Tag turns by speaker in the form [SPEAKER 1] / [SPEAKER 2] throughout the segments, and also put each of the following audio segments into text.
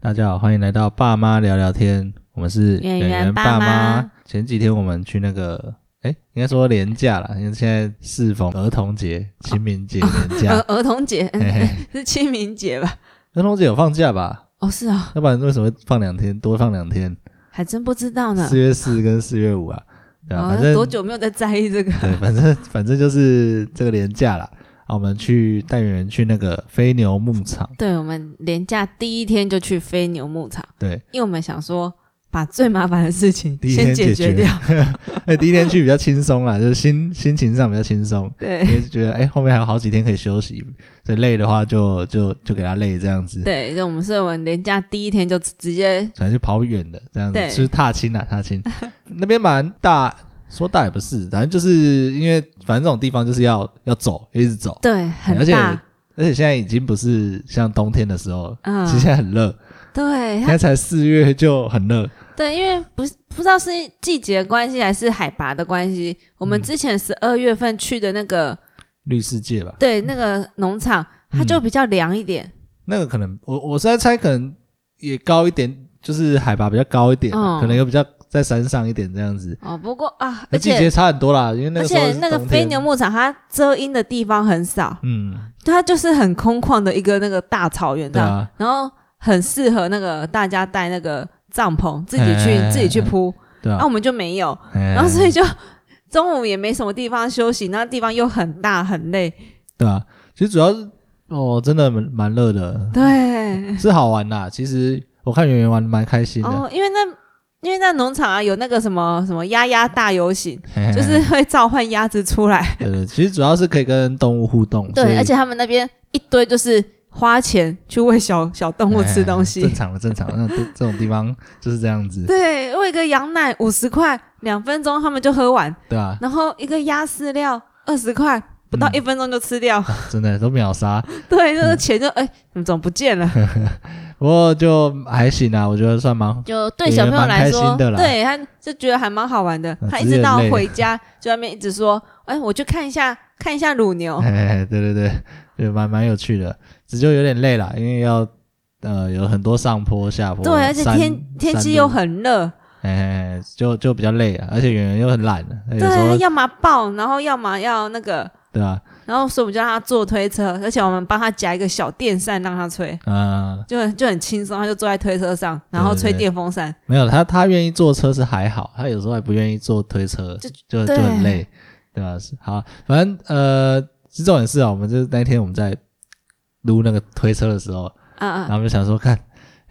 [SPEAKER 1] 大家好，欢迎来到爸妈聊聊天，我们是
[SPEAKER 2] 演员
[SPEAKER 1] 员
[SPEAKER 2] 爸妈
[SPEAKER 1] 妈。前几天我们去那个，哎，应该说年假了，因为现在适逢儿童节、清明节年
[SPEAKER 2] 儿
[SPEAKER 1] 假，
[SPEAKER 2] 儿童节
[SPEAKER 1] 嘿嘿
[SPEAKER 2] 是清明节吧？
[SPEAKER 1] 儿童节有放假吧？
[SPEAKER 2] 哦，是啊、
[SPEAKER 1] 要不然为什么会放两天，多放两天？
[SPEAKER 2] 还真不知道呢
[SPEAKER 1] 四。月四跟四月五啊，对吧？
[SPEAKER 2] 哦
[SPEAKER 1] 反，
[SPEAKER 2] 那
[SPEAKER 1] 正
[SPEAKER 2] 多久没有在在意这个？
[SPEAKER 1] 对，反正反正就是这个年假啦。啊，我们去带演员去那个飞牛牧场，
[SPEAKER 2] 对我们连假第一天就去飞牛牧场，
[SPEAKER 1] 对，
[SPEAKER 2] 因为我们想说把最麻烦的事 情
[SPEAKER 1] 第一天
[SPEAKER 2] 先解
[SPEAKER 1] 决
[SPEAKER 2] 掉。。
[SPEAKER 1] 哎，第一天去比较轻松啦，就是心心情上比较轻松，
[SPEAKER 2] 对
[SPEAKER 1] 因为就觉得哎、后面还有好几天可以休息，所以累的话就就就给他累这样子，
[SPEAKER 2] 对，就我们是我们连假第一天就直接
[SPEAKER 1] 可能去跑远的这样子，
[SPEAKER 2] 对
[SPEAKER 1] 就是踏青啊踏 青，那边蛮大，说大也不是，反正就是因为反正这种地方就是要要走，一直走，
[SPEAKER 2] 对很
[SPEAKER 1] 哎而且
[SPEAKER 2] 大，
[SPEAKER 1] 而且现在已经不是像冬天的时候，
[SPEAKER 2] 嗯
[SPEAKER 1] 其实现在很热，
[SPEAKER 2] 对
[SPEAKER 1] 现
[SPEAKER 2] 它
[SPEAKER 1] 在才四月就很热，
[SPEAKER 2] 对，因为不是不知道是季节关系还是海拔的关系，我们
[SPEAKER 1] 嗯
[SPEAKER 2] 之前十二月份去的那个、
[SPEAKER 1] 绿世界吧，
[SPEAKER 2] 对那个农场，它
[SPEAKER 1] 嗯
[SPEAKER 2] 就比较凉一点。
[SPEAKER 1] 那个可能我我是在猜，可能也高一点，就是海拔比较高一点，
[SPEAKER 2] 嗯
[SPEAKER 1] 可能有比较在山上一点这样子。
[SPEAKER 2] 哦，不过啊，
[SPEAKER 1] 那
[SPEAKER 2] 而
[SPEAKER 1] 季
[SPEAKER 2] 且
[SPEAKER 1] 节差很多啦，因为那
[SPEAKER 2] 而
[SPEAKER 1] 个时候
[SPEAKER 2] 且
[SPEAKER 1] 是
[SPEAKER 2] 那个
[SPEAKER 1] 冬
[SPEAKER 2] 飞
[SPEAKER 1] 天
[SPEAKER 2] 牛，牧场，它遮阴的地方很少，
[SPEAKER 1] 嗯，
[SPEAKER 2] 它就是很空旷的一个那个大草原这
[SPEAKER 1] 对
[SPEAKER 2] 样，
[SPEAKER 1] 啊，
[SPEAKER 2] 然后很适合那个大家带那个帐篷自己去
[SPEAKER 1] 哎哎哎
[SPEAKER 2] 自己去铺，
[SPEAKER 1] 对
[SPEAKER 2] 那、
[SPEAKER 1] 啊哎
[SPEAKER 2] 我，们就没有，
[SPEAKER 1] 然
[SPEAKER 2] 然后所以就中午也没什么地方休息，那地方又很大很累，
[SPEAKER 1] 对啊，其实主要是哦，真的蛮蛮热的，
[SPEAKER 2] 对，
[SPEAKER 1] 是好玩啦。其实我看圆圆玩得蛮开心的，
[SPEAKER 2] 哦，因为那。因为那农场啊，有那个什么什么鸭鸭大游行，
[SPEAKER 1] 嘿嘿嘿
[SPEAKER 2] 就是会召唤鸭子出来。
[SPEAKER 1] 对对，其实主要是可以跟动物互动，所以
[SPEAKER 2] 对，而且他们那边一堆就是花钱去喂小小动物吃东
[SPEAKER 1] 哎
[SPEAKER 2] 西，
[SPEAKER 1] 正常的正常的，那种这种地方就是这样子，
[SPEAKER 2] 对，喂个羊奶五十块，两分钟他们就喝完，
[SPEAKER 1] 对啊，
[SPEAKER 2] 然后一个鸭饲料二十块，不到
[SPEAKER 1] 嗯
[SPEAKER 2] 一分钟就吃掉。
[SPEAKER 1] 真的都秒杀。
[SPEAKER 2] 对，那个钱就哎、怎么总不见了？
[SPEAKER 1] 不过就还行啊，我觉得算蛮
[SPEAKER 2] 就对小朋友来
[SPEAKER 1] 也蛮开
[SPEAKER 2] 说，
[SPEAKER 1] 心的啦
[SPEAKER 2] 对，他就觉得还蛮好玩的
[SPEAKER 1] 嗯。
[SPEAKER 2] 他一
[SPEAKER 1] 只是很
[SPEAKER 2] 直到
[SPEAKER 1] 累
[SPEAKER 2] 回家，就在那边一直说，哎，我去看一下看一下乳牛。
[SPEAKER 1] 哎， 对对对，就蛮蛮有趣的，只就有点累啦，因为要呃有很多上坡下坡，
[SPEAKER 2] 对，而且
[SPEAKER 1] 山
[SPEAKER 2] 天天气又，很热，
[SPEAKER 1] 山路哎，就就比较累啊，而且圆圆又很懒，有时候
[SPEAKER 2] 对，要么抱，然后要么要那个，
[SPEAKER 1] 对啊吧、
[SPEAKER 2] 然后所以我们就让他坐推车，而且我们帮他夹一个小电扇让他吹，
[SPEAKER 1] 啊？呃，
[SPEAKER 2] 就很就很轻松，他就坐在推车上，然后
[SPEAKER 1] 对对
[SPEAKER 2] 吹
[SPEAKER 1] 对
[SPEAKER 2] 电风扇。
[SPEAKER 1] 没有他，他愿意坐车是还好，他有时候还不愿意坐推车，就
[SPEAKER 2] 就
[SPEAKER 1] 就
[SPEAKER 2] 对
[SPEAKER 1] 很累，对吧、是好，反正呃，是重点是啊，我们就是那一天我们在撸那个推车的时候，
[SPEAKER 2] 啊
[SPEAKER 1] 然
[SPEAKER 2] 啊，
[SPEAKER 1] 后我们就想说，看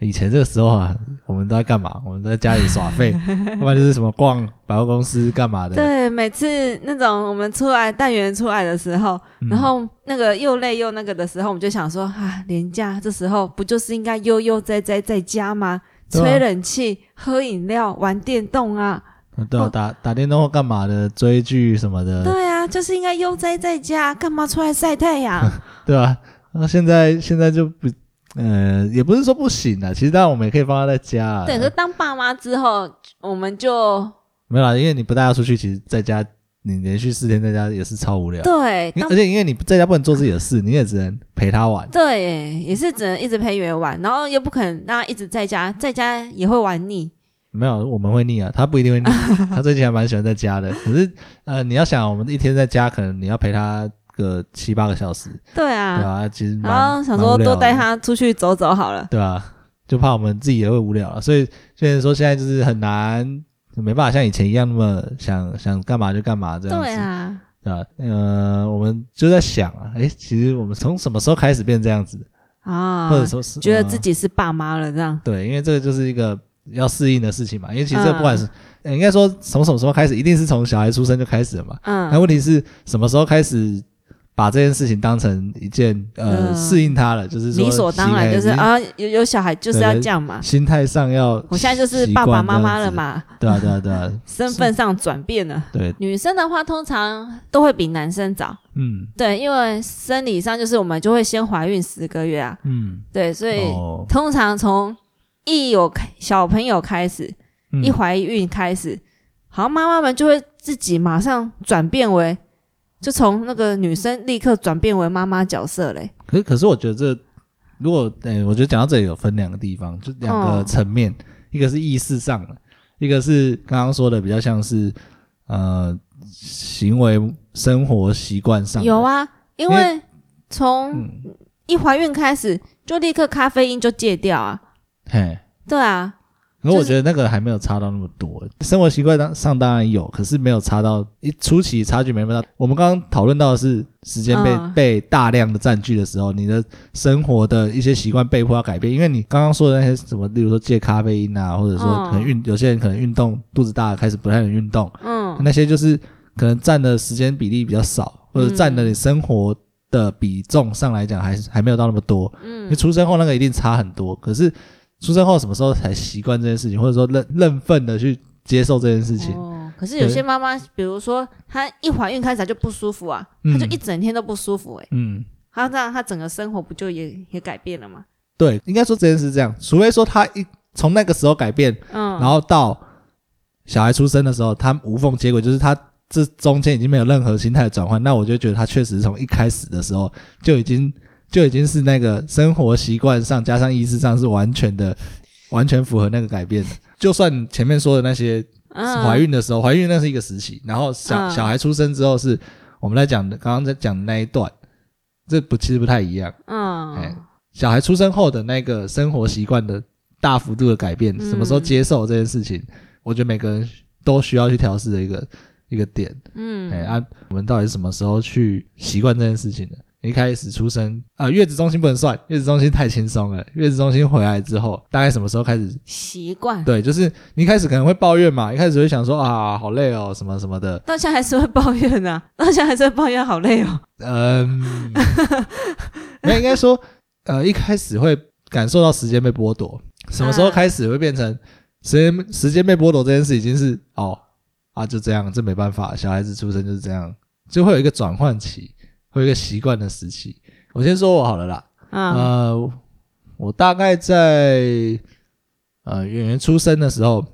[SPEAKER 1] 以前这个时候啊，我们都在干嘛？我们都在家里耍 废，要不然就是什么逛百货公司干嘛的。
[SPEAKER 2] 对，每次那种我们出来带员出来的时候，
[SPEAKER 1] 嗯
[SPEAKER 2] 然后那个又累又那个的时候，我们就想说啊，廉价这时候不就是应该悠悠哉哉在家吗？
[SPEAKER 1] 对啊
[SPEAKER 2] 吹冷气、喝饮料、玩电动啊，
[SPEAKER 1] 嗯对啊，打打电动或干嘛的，追剧什么的，
[SPEAKER 2] 对啊，就是应该悠哉在家，干嘛出来晒 太阳？
[SPEAKER 1] 对吧、然后现在现在就不，呃，也不是说不行啊，其实当然我们也可以放他在家、啊。
[SPEAKER 2] 对，可是当爸妈之后，我们就
[SPEAKER 1] 没有啦，因为你不带他出去，其实在家你连续四天在家也是超无聊。
[SPEAKER 2] 对
[SPEAKER 1] 啊因为呃
[SPEAKER 2] 当
[SPEAKER 1] 而且因为你在家不能做自己的事，你也只能陪他玩。
[SPEAKER 2] 对耶也是只能一直陪圆圆玩，然后又不可能让他一直在家，在家也会玩腻。
[SPEAKER 1] 没有，我们会腻啊，他不一定 会腻。他最近还蛮喜欢在家的，可是呃，你要想，我们一天在家，可能你要陪他个七八个小时，
[SPEAKER 2] 对啊
[SPEAKER 1] 对吧、其实蛮
[SPEAKER 2] 然后哦想
[SPEAKER 1] 蛮无
[SPEAKER 2] 说
[SPEAKER 1] 聊
[SPEAKER 2] 多
[SPEAKER 1] 的
[SPEAKER 2] 带，他出去走走好了。
[SPEAKER 1] 对吧、就怕我们自己也会无聊了，所以虽然说现在就是很难，没办法像以前一样那么想想干嘛就干嘛这样子，
[SPEAKER 2] 对啊，
[SPEAKER 1] 对吧、呃，我们就在想啊，诶，其实我们从什么时候开始变这样子，
[SPEAKER 2] 啊，
[SPEAKER 1] 或者说是
[SPEAKER 2] 觉得
[SPEAKER 1] 呃
[SPEAKER 2] 自己是爸妈了这样。
[SPEAKER 1] 对，因为这个就是一个要适应的事情嘛。因为其实这
[SPEAKER 2] 嗯
[SPEAKER 1] 不管是、呃应该说从什么时候开始，一定是从小孩出生就开始了嘛。那、
[SPEAKER 2] 嗯，
[SPEAKER 1] 问题是什么时候开始把这件事情当成一件呃、
[SPEAKER 2] 嗯
[SPEAKER 1] 适应它了？就是说
[SPEAKER 2] 理所当然
[SPEAKER 1] 习
[SPEAKER 2] 就是
[SPEAKER 1] 已经
[SPEAKER 2] 啊，有有小孩就是要这样嘛。
[SPEAKER 1] 心态上要
[SPEAKER 2] 我现在就是
[SPEAKER 1] 习
[SPEAKER 2] 爸
[SPEAKER 1] 惯
[SPEAKER 2] 爸妈
[SPEAKER 1] 这样
[SPEAKER 2] 妈了
[SPEAKER 1] 子。
[SPEAKER 2] 嘛，
[SPEAKER 1] 对啊，对啊，对啊，
[SPEAKER 2] 身份上转变了。
[SPEAKER 1] 对，
[SPEAKER 2] 女生的话，通常都会比男生早，
[SPEAKER 1] 嗯
[SPEAKER 2] 对，因为生理上就是我们就会先怀孕十个月啊，
[SPEAKER 1] 嗯，
[SPEAKER 2] 对，所以
[SPEAKER 1] 哦，
[SPEAKER 2] 通常从一有开小朋友开始，
[SPEAKER 1] 嗯
[SPEAKER 2] 一怀孕开始，好像妈妈们就会自己马上转变为，就从那个女生立刻转变为妈妈角色嘞。
[SPEAKER 1] 可是可是我觉得这如果诶、我觉得讲到这里有分两个地方，就两个
[SPEAKER 2] 哦
[SPEAKER 1] 层面，一个是意识上的，一个是刚刚说的比较像是呃行为生活习惯上的
[SPEAKER 2] 有，啊，
[SPEAKER 1] 因
[SPEAKER 2] 因
[SPEAKER 1] 为
[SPEAKER 2] 为从
[SPEAKER 1] 嗯，
[SPEAKER 2] 一怀孕开始就立刻咖啡因就戒掉啊，
[SPEAKER 1] 嘿，
[SPEAKER 2] 对啊，
[SPEAKER 1] 可是
[SPEAKER 2] 就
[SPEAKER 1] 我
[SPEAKER 2] 是
[SPEAKER 1] 觉得那个还没有差到那么多，生活习惯当上当然有，可是没有差到一初期差距没那么大。我们刚刚讨论到的是时间被、
[SPEAKER 2] 嗯
[SPEAKER 1] 被大量的占据的时候，你的生活的一些习惯被迫要改变，因为你刚刚说的那些什么，例如说戒咖啡因啊，或者说
[SPEAKER 2] 嗯
[SPEAKER 1] 可能运、有些人可能运动肚子大了开始不太能运动，
[SPEAKER 2] 嗯
[SPEAKER 1] 那些就是可能占的时间比例比较少，或者
[SPEAKER 2] 嗯
[SPEAKER 1] 占的你生活的比重上来讲还是还没有到那么多。因为
[SPEAKER 2] 嗯
[SPEAKER 1] 出生后那个一定差很多，可是出生后什么时候才习惯这件事情，或者说认认份的去接受这件事情？
[SPEAKER 2] 哦，可是有些妈妈，比如说她一怀孕开始她就不舒服啊，
[SPEAKER 1] 嗯
[SPEAKER 2] 她就一整天都不舒服、欸，哎，
[SPEAKER 1] 嗯，
[SPEAKER 2] 她这样她整个生活不就也也改变了吗？
[SPEAKER 1] 对，应该说这件事是这样，除非说他一从那个时候改变，
[SPEAKER 2] 嗯，
[SPEAKER 1] 然后到小孩出生的时候，他无缝接轨，就是他这中间已经没有任何心态的转换，那我就觉得他确实从一开始的时候就已经就已经是那个生活习惯上加上意识上是完全的完全符合那个改变的。就算前面说的那些
[SPEAKER 2] 嗯
[SPEAKER 1] 怀孕的时候，怀孕那是一个时期，然后小、
[SPEAKER 2] 嗯
[SPEAKER 1] 小孩出生之后是我们在讲的，刚刚在讲的那一段，这不其实不太一样。哎
[SPEAKER 2] 嗯，
[SPEAKER 1] 小孩出生后的那个生活习惯的大幅度的改变，
[SPEAKER 2] 嗯
[SPEAKER 1] 什么时候接受这件事情，我觉得每个人都需要去调试的一个一个点。
[SPEAKER 2] 嗯，
[SPEAKER 1] 哎、啊，我们到底是什么时候去习惯这件事情的？一开始出生啊、月子中心不能算，月子中心太轻松了。月子中心回来之后，大概什么时候开始
[SPEAKER 2] 习惯，
[SPEAKER 1] 对，就是你一开始可能会抱怨嘛，一开始会想说啊，好累哦，什么什么的，
[SPEAKER 2] 到现在还是会抱怨啊，到现在还是会抱怨好累哦，
[SPEAKER 1] 嗯，那应该说，呃，一开始会感受到时间被剥夺，什么时候
[SPEAKER 2] 啊
[SPEAKER 1] 开始会变成时间时间被剥夺这件事已经是哦啊就这样，这没办法，小孩子出生就是这样，就会有一个转换期，会有一个习惯的时期。我先说我好了啦，
[SPEAKER 2] 嗯
[SPEAKER 1] 呃，我大概在呃演员出生的时候，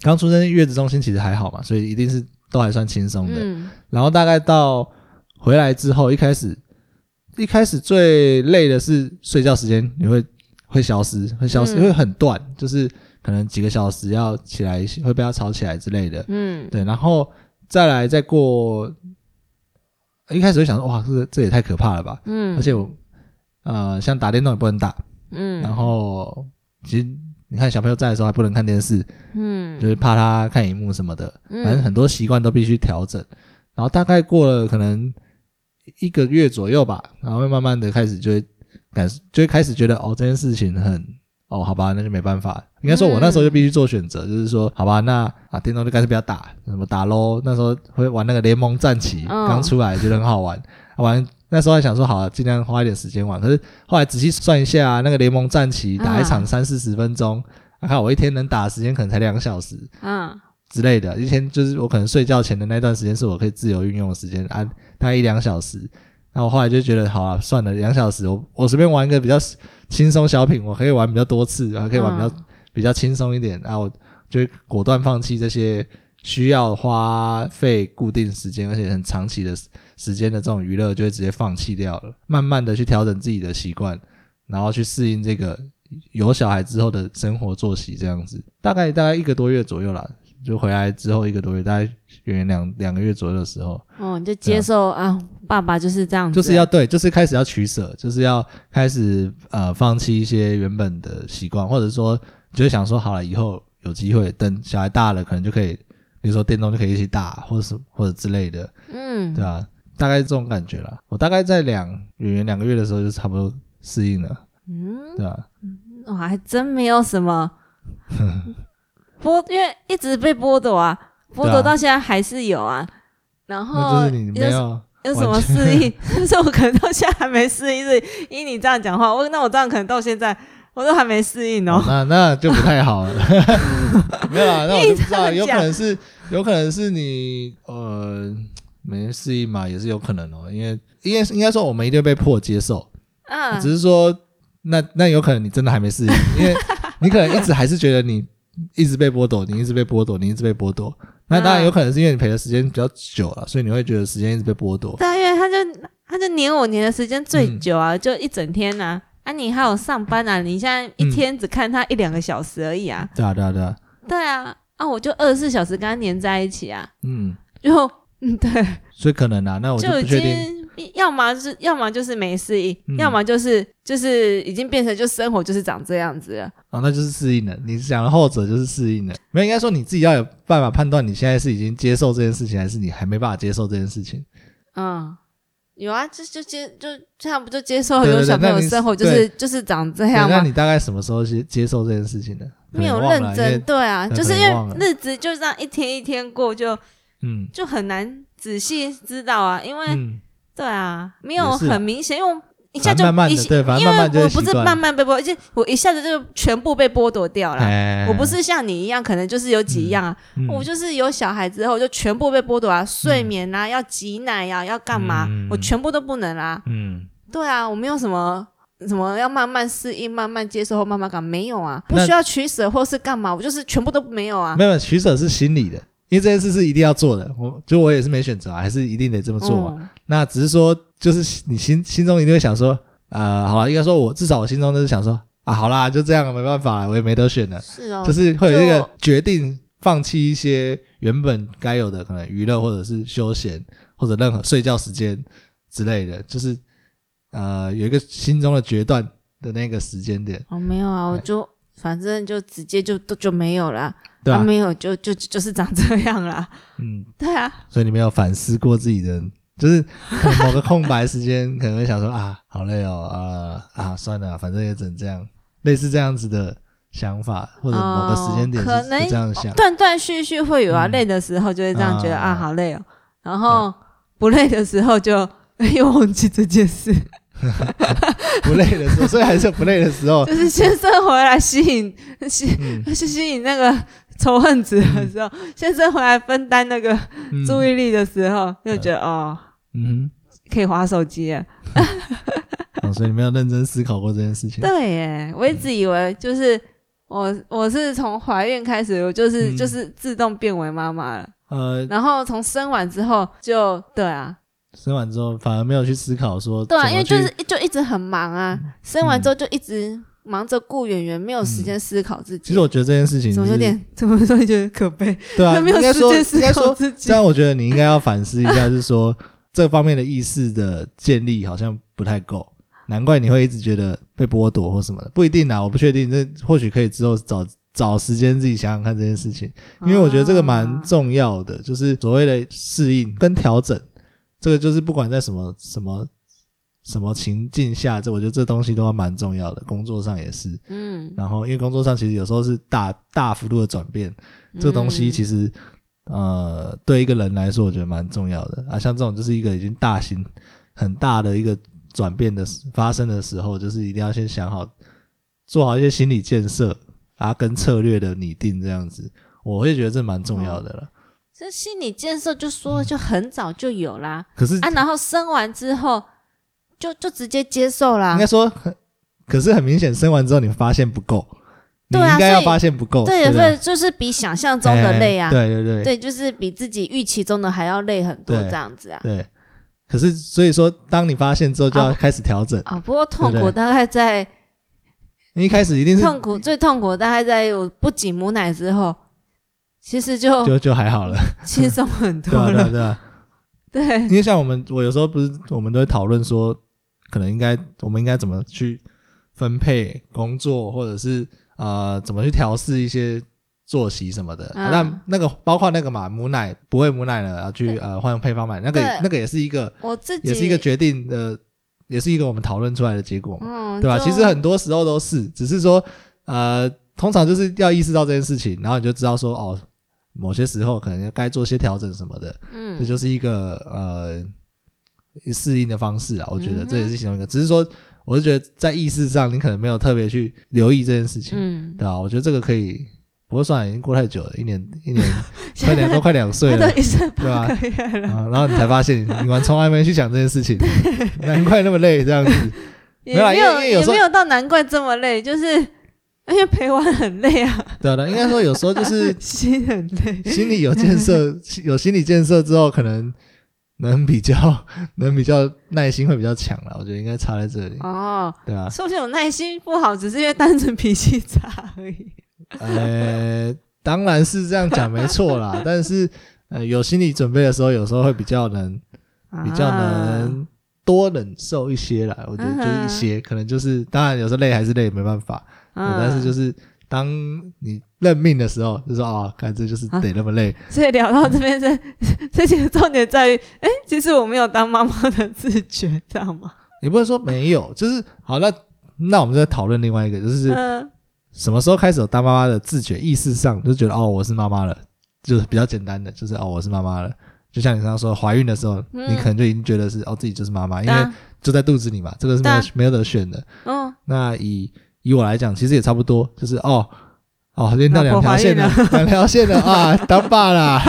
[SPEAKER 1] 刚出生月子中心其实还好嘛，所以一定是都还算轻松的。
[SPEAKER 2] 嗯
[SPEAKER 1] 然后大概到回来之后，一开始一开始最累的是睡觉时间，你会会消失，会消失，
[SPEAKER 2] 嗯
[SPEAKER 1] 会很短，就是可能几个小时要起来会被他吵起来之类的。
[SPEAKER 2] 嗯，
[SPEAKER 1] 对，然后再来再过，一开始会想说哇，这这也太可怕了吧！
[SPEAKER 2] 嗯，
[SPEAKER 1] 而且我呃，像打电动也不能打，
[SPEAKER 2] 嗯，
[SPEAKER 1] 然后其实你看小朋友在的时候还不能看电视，
[SPEAKER 2] 嗯
[SPEAKER 1] 就是怕他看荧幕什么的。
[SPEAKER 2] 嗯，
[SPEAKER 1] 反正很多习惯都必须调整。然后大概过了可能一个月左右吧，然后会慢慢的开始就会感就会开始觉得哦这件事情很哦好吧，那就没办法。应该说我那时候就必须做选
[SPEAKER 2] 嗯
[SPEAKER 1] 择，就是说好吧，那啊电动就干脆不要打，什么打喽。那时候会玩那个联盟战棋，
[SPEAKER 2] 嗯
[SPEAKER 1] 刚出来觉得很好玩，啊玩。那时候还想说好、啊，尽量花一点时间玩。可是后来仔细算一下、啊那个联盟战棋打一场
[SPEAKER 2] 嗯
[SPEAKER 1] 三四十分钟，啊、看我一天能打的时间可能才两小时，
[SPEAKER 2] 嗯
[SPEAKER 1] 之类的，一天就是我可能睡觉前的那段时间是我可以自由运用的时间，啊，大概一两小时。那我后来就觉得，好啊，算了，两小时，我我随便玩一个比较轻松小品，我可以玩比较多次，然后可以玩比较、比较轻松一点，啊，我就会果断放弃这些需要花费固定时间而且很长期的时时间的这种娱乐，就会直接放弃掉了。慢慢的去调整自己的习惯，然后去适应这个有小孩之后的生活作息，这样子，大概大概一个多月左右啦，就回来之后一个多月，大概远两两个月左右的时候，
[SPEAKER 2] 哦，你就接受啊，爸爸就是这样子，
[SPEAKER 1] 就是要对，就是开始要取舍，就是要开始呃放弃一些原本的习惯，或者说就是想说好了，以后有机会等小孩大了，可能就可以，比如说电动就可以一起打，或者什或者之类的，
[SPEAKER 2] 嗯
[SPEAKER 1] 对吧、大概这种感觉啦。我大概在两演员两个月的时候就差不多适应了，
[SPEAKER 2] 嗯，
[SPEAKER 1] 对吧、啊
[SPEAKER 2] 我还真没有什 么剥，因为一直被剥夺啊，剥
[SPEAKER 1] 对啊
[SPEAKER 2] 夺到现在还是有啊。然后
[SPEAKER 1] 那就是你没有
[SPEAKER 2] 有什么
[SPEAKER 1] 完
[SPEAKER 2] 适 应？就是我可能到现在还没适应，所以依你这样讲话，我那我这样可能到现在我都还没适应哦。
[SPEAKER 1] 那那就不太好 了。嗯没有啦，那我就不知道，
[SPEAKER 2] 你
[SPEAKER 1] 有
[SPEAKER 2] 这么讲
[SPEAKER 1] 可能是有可能是你呃没适应嘛，也是有可能哦。因为应该应该说我们一定会被迫接受，
[SPEAKER 2] 嗯，
[SPEAKER 1] 只是说那那有可能你真的还没 适应，因为你可能一直还是觉得你一直被剥夺，你一直被剥夺，你一直被剥夺。那当然有可能是因为你陪的时间比较久了，所以你会觉得
[SPEAKER 2] 嗯
[SPEAKER 1] 时间一直被剥夺。
[SPEAKER 2] 啊
[SPEAKER 1] 嗯
[SPEAKER 2] 大约他就他就黏我黏的时间最久啊，就一整天呐、啊，你还有上班啊？你现在一天只看他一两个小时而已啊。
[SPEAKER 1] 对啊，对啊，对啊，
[SPEAKER 2] 对啊，啊，我就二十四小时跟他黏在一起啊，
[SPEAKER 1] 嗯，
[SPEAKER 2] 就嗯，对，
[SPEAKER 1] 所以可能啊，那我就
[SPEAKER 2] 就
[SPEAKER 1] 不
[SPEAKER 2] 已
[SPEAKER 1] 确定，
[SPEAKER 2] 经要么是要么就是没适应，
[SPEAKER 1] 嗯
[SPEAKER 2] 要么就是就是已经变成就生活就是长这样子了。
[SPEAKER 1] 哦，那就是适应了。你讲的后者就是适应了，没有应该说你自己要有办法判断你现在是已经接受这件事情，还是你还没办法接受这件事情。
[SPEAKER 2] 嗯，有啊，就就接就这样不就接受
[SPEAKER 1] 对对
[SPEAKER 2] 有
[SPEAKER 1] 对
[SPEAKER 2] 小朋
[SPEAKER 1] 那
[SPEAKER 2] 友
[SPEAKER 1] 你
[SPEAKER 2] 生活就是就是长这
[SPEAKER 1] 对
[SPEAKER 2] 样
[SPEAKER 1] 那
[SPEAKER 2] 吗？
[SPEAKER 1] 你大概什么时候接接受这件事情的？可
[SPEAKER 2] 啊没
[SPEAKER 1] 能
[SPEAKER 2] 有
[SPEAKER 1] 忘了
[SPEAKER 2] 认
[SPEAKER 1] 因
[SPEAKER 2] 真，
[SPEAKER 1] 为
[SPEAKER 2] 对啊，
[SPEAKER 1] 可
[SPEAKER 2] 就是
[SPEAKER 1] 能
[SPEAKER 2] 因
[SPEAKER 1] 忘了
[SPEAKER 2] 为日子就这样一天一天过就，就
[SPEAKER 1] 嗯
[SPEAKER 2] 很难仔细知道啊，因为、
[SPEAKER 1] 嗯，
[SPEAKER 2] 对啊，没有
[SPEAKER 1] 也是啊
[SPEAKER 2] 很明显，因为我一下
[SPEAKER 1] 反
[SPEAKER 2] 就
[SPEAKER 1] 正慢慢
[SPEAKER 2] 一
[SPEAKER 1] 的
[SPEAKER 2] 下
[SPEAKER 1] 对反正
[SPEAKER 2] 因为
[SPEAKER 1] 慢慢就会
[SPEAKER 2] 我不
[SPEAKER 1] 习
[SPEAKER 2] 是
[SPEAKER 1] 惯
[SPEAKER 2] 慢慢被剥，而且我一下子就全部被剥夺掉了。
[SPEAKER 1] 哎
[SPEAKER 2] 我不，是像你一样，可能就是有几样啊，
[SPEAKER 1] 嗯
[SPEAKER 2] 我就是有小孩之后就全部被剥夺啊，睡眠啊，要挤奶啊，要干嘛，
[SPEAKER 1] 嗯
[SPEAKER 2] 我全部都不能啊。
[SPEAKER 1] 嗯，
[SPEAKER 2] 对啊，我没有什么什么要慢慢适应、慢慢接受或慢慢感，没有啊，不
[SPEAKER 1] 那
[SPEAKER 2] 需要取舍或是干嘛，我就是全部都没有啊。
[SPEAKER 1] 没有取舍是心理的，因为这件事是一定要做的。我就我也是没选择啊，还是一定得这么做嘛。
[SPEAKER 2] 嗯
[SPEAKER 1] 那只是说，就是你心心中一定会想说，呃，好了，应该说我至少我心中都是想说啊，好啦，就这样，没办法，我也没得选了，
[SPEAKER 2] 是哦，
[SPEAKER 1] 就是会有
[SPEAKER 2] 就
[SPEAKER 1] 这个决定放弃一些原本该有的可能娱乐或者是休闲或者任何睡觉时间之类的，就是呃有一个心中的决断的那个时间点，
[SPEAKER 2] 哦，没有啊，我
[SPEAKER 1] 对
[SPEAKER 2] 就反正就直接就都就没有啦，
[SPEAKER 1] 对吧、
[SPEAKER 2] 啊没有就就就是长这样啦，
[SPEAKER 1] 嗯，
[SPEAKER 2] 对啊，
[SPEAKER 1] 所以你没有反思过自己的，就是可能某个空白时间，可能会想说啊，好累哦，啊啊，算了，反正也只能这样，类似这样子的想法，或者某个时间点
[SPEAKER 2] 哦
[SPEAKER 1] 是
[SPEAKER 2] 可
[SPEAKER 1] 是
[SPEAKER 2] 能
[SPEAKER 1] 这样想，
[SPEAKER 2] 断断续续会有啊，
[SPEAKER 1] 嗯
[SPEAKER 2] 累的时候就会这样觉得
[SPEAKER 1] 啊
[SPEAKER 2] 啊好累哦，然后不累的时候就哎又忘记这件事，
[SPEAKER 1] 不累的时候，所以还是有不累的时 候，
[SPEAKER 2] 就是先生回来吸引吸
[SPEAKER 1] 嗯
[SPEAKER 2] 去吸引那个仇恨值的时候，先生回来分担那个
[SPEAKER 1] 嗯
[SPEAKER 2] 注意力的时候，就觉得哦
[SPEAKER 1] 嗯
[SPEAKER 2] 可以划手机了。
[SPEAKER 1] 哼、哦所以你没有认真思考过这件事情，
[SPEAKER 2] 对耶，我一直以为就是我我是从怀孕开始，我就是、
[SPEAKER 1] 嗯
[SPEAKER 2] 就是自动变为妈妈了，
[SPEAKER 1] 呃，
[SPEAKER 2] 然后从生完之后就对啊，
[SPEAKER 1] 生完之后反而没有去思考说怎
[SPEAKER 2] 对
[SPEAKER 1] 么
[SPEAKER 2] 啊，
[SPEAKER 1] 去，嗯
[SPEAKER 2] 因为就是就一直很忙啊，生完之后就一直忙着顾圆圆，没有时间思考自己。
[SPEAKER 1] 其实我觉得这件事情
[SPEAKER 2] 怎么
[SPEAKER 1] 是
[SPEAKER 2] 有点怎么说觉得可悲，
[SPEAKER 1] 对啊，
[SPEAKER 2] 没有
[SPEAKER 1] 应该
[SPEAKER 2] 时
[SPEAKER 1] 说
[SPEAKER 2] 间
[SPEAKER 1] 应
[SPEAKER 2] 思
[SPEAKER 1] 该说
[SPEAKER 2] 考自己
[SPEAKER 1] 这。样我觉得你应该要反思一下，就是说这方面的意识的建立好像不太够，难怪你会一直觉得被剥夺或什么的，不一定啊啦，我不确定，这或许可以之后找找时间自己想想看这件事情，因为我觉得这个蛮重要的，就是所谓的适应跟调整，这个就是不管在什么什么。什么情境下，这我觉得这东西都蛮重要的，工作上也是。
[SPEAKER 2] 嗯，
[SPEAKER 1] 然后，因为工作上其实有时候是大大幅度的转变，这个东西其
[SPEAKER 2] 实
[SPEAKER 1] 实呃，对一个人来说，我觉得蛮重要的啊。像这种就是一个已经大型、很大的一个转变的时发生的时候，就是一定要先想好，做好一些心理建设啊，跟策略的拟定这样子，我会觉得这蛮重要的
[SPEAKER 2] 哦
[SPEAKER 1] 了。
[SPEAKER 2] 这心理建设就说就很早就有啦
[SPEAKER 1] 可是
[SPEAKER 2] 啊，然后生完之后就就直接接受啦
[SPEAKER 1] 应该。说很，可是很明显，生完之后你发现不够，你
[SPEAKER 2] 对啊
[SPEAKER 1] 应该要
[SPEAKER 2] 所以
[SPEAKER 1] 发现不够，
[SPEAKER 2] 对，啊
[SPEAKER 1] 不
[SPEAKER 2] 所以就是比想象中的累啊，
[SPEAKER 1] 哦哎对对对，
[SPEAKER 2] 对，就是比自己预期中的还要累很多
[SPEAKER 1] 对
[SPEAKER 2] 这样子啊。
[SPEAKER 1] 对。可是所以说，当你发现之后，就要开始调整。
[SPEAKER 2] 啊、不过痛
[SPEAKER 1] 对
[SPEAKER 2] 苦
[SPEAKER 1] 不对
[SPEAKER 2] 大概在
[SPEAKER 1] 你一开始一定是
[SPEAKER 2] 痛苦最痛苦大概在我不挤母奶之后，其实就
[SPEAKER 1] 就就还好了，
[SPEAKER 2] 轻松很
[SPEAKER 1] 对啊
[SPEAKER 2] 多
[SPEAKER 1] 对啊
[SPEAKER 2] 哦了。
[SPEAKER 1] 对啊。
[SPEAKER 2] 对，
[SPEAKER 1] 因为像我们，我有时候不是我们都会讨论说，可能应该我们应该怎么去分配工作，或者是呃怎么去调试一些作息什么的。啊
[SPEAKER 2] 嗯
[SPEAKER 1] 那那个包括那个嘛，母奶不喂母奶了，然后去
[SPEAKER 2] 对
[SPEAKER 1] 呃换配方奶，那个
[SPEAKER 2] 嗯对
[SPEAKER 1] 那个也是一个
[SPEAKER 2] 我自己
[SPEAKER 1] 也是一个决定的，也是一个我们讨论出来的结果嘛，
[SPEAKER 2] 嗯，
[SPEAKER 1] 对吧？啊
[SPEAKER 2] 就
[SPEAKER 1] 其实很多时候都是，只是说呃通常就是要意识到这件事情，然后你就知道说哦。某些时候可能该做些调整什么的，这
[SPEAKER 2] 嗯
[SPEAKER 1] 就是一个呃适应的方式啊，我觉得
[SPEAKER 2] 嗯哼
[SPEAKER 1] 这也是其中一个。只是说，我是觉得在意识上，你可能没有特别去留意这件事情，
[SPEAKER 2] 嗯，
[SPEAKER 1] 对吧、啊我觉得这个可以，不过算了，已经过太久了，一 年一年快两都快两岁
[SPEAKER 2] 他
[SPEAKER 1] 了
[SPEAKER 2] 都。一岁
[SPEAKER 1] 对吧
[SPEAKER 2] 八个月了，
[SPEAKER 1] 啊，然后你才发现，你完从来没去想这件事情，难怪那么累这样子。
[SPEAKER 2] 也
[SPEAKER 1] 没有啦啊
[SPEAKER 2] 没有
[SPEAKER 1] 因为因为有
[SPEAKER 2] 也
[SPEAKER 1] 时候
[SPEAKER 2] 没有到难怪这么累，就是 因为陪玩很累啊，
[SPEAKER 1] 对啊，对啊应该说有时候就是
[SPEAKER 2] 心很累。
[SPEAKER 1] 心理有建设，有心理建设之后，可能能比较 能比较耐心会比较强了，我觉得应该差在这里，
[SPEAKER 2] 哦，
[SPEAKER 1] 对吧、
[SPEAKER 2] 说不定有耐心不好，只是因为单纯脾气差而已。
[SPEAKER 1] 呃， 当然是这样讲没错啦，但是呃有心理准备的时候，有时候会比较能比较
[SPEAKER 2] 啊
[SPEAKER 1] 能多忍受一些啦。我觉得就是一些，可能就是当然有时候累还是累，没办法。
[SPEAKER 2] 嗯
[SPEAKER 1] 对但是就是当你认命的时候，就说啊，看这就是得那么累。
[SPEAKER 2] 所以聊到这边，这这节的重点在于，哎、其实我没有当妈妈的自觉，知道吗？
[SPEAKER 1] 你不能说没有，就是好那。那我们再讨论另外一个，就是
[SPEAKER 2] 嗯，
[SPEAKER 1] 什么时候开始有当妈妈的自觉意识上，就觉得哦，我是妈妈了，就是比较简单的，就是哦，我是妈妈了。就像你刚刚说，怀孕的时候，
[SPEAKER 2] 嗯啊
[SPEAKER 1] 你可能就已经觉得是哦，自己就是妈妈，因为
[SPEAKER 2] 当
[SPEAKER 1] 就在肚子里嘛，这个是没有
[SPEAKER 2] 对
[SPEAKER 1] 没有得选的。
[SPEAKER 2] 嗯，
[SPEAKER 1] 那以以我来讲，其实也差不多，就是哦哦，连到
[SPEAKER 2] 老
[SPEAKER 1] 两
[SPEAKER 2] 婆
[SPEAKER 1] 条
[SPEAKER 2] 怀
[SPEAKER 1] 线
[SPEAKER 2] 孕
[SPEAKER 1] 了， 两条线了啊，当爸 啦。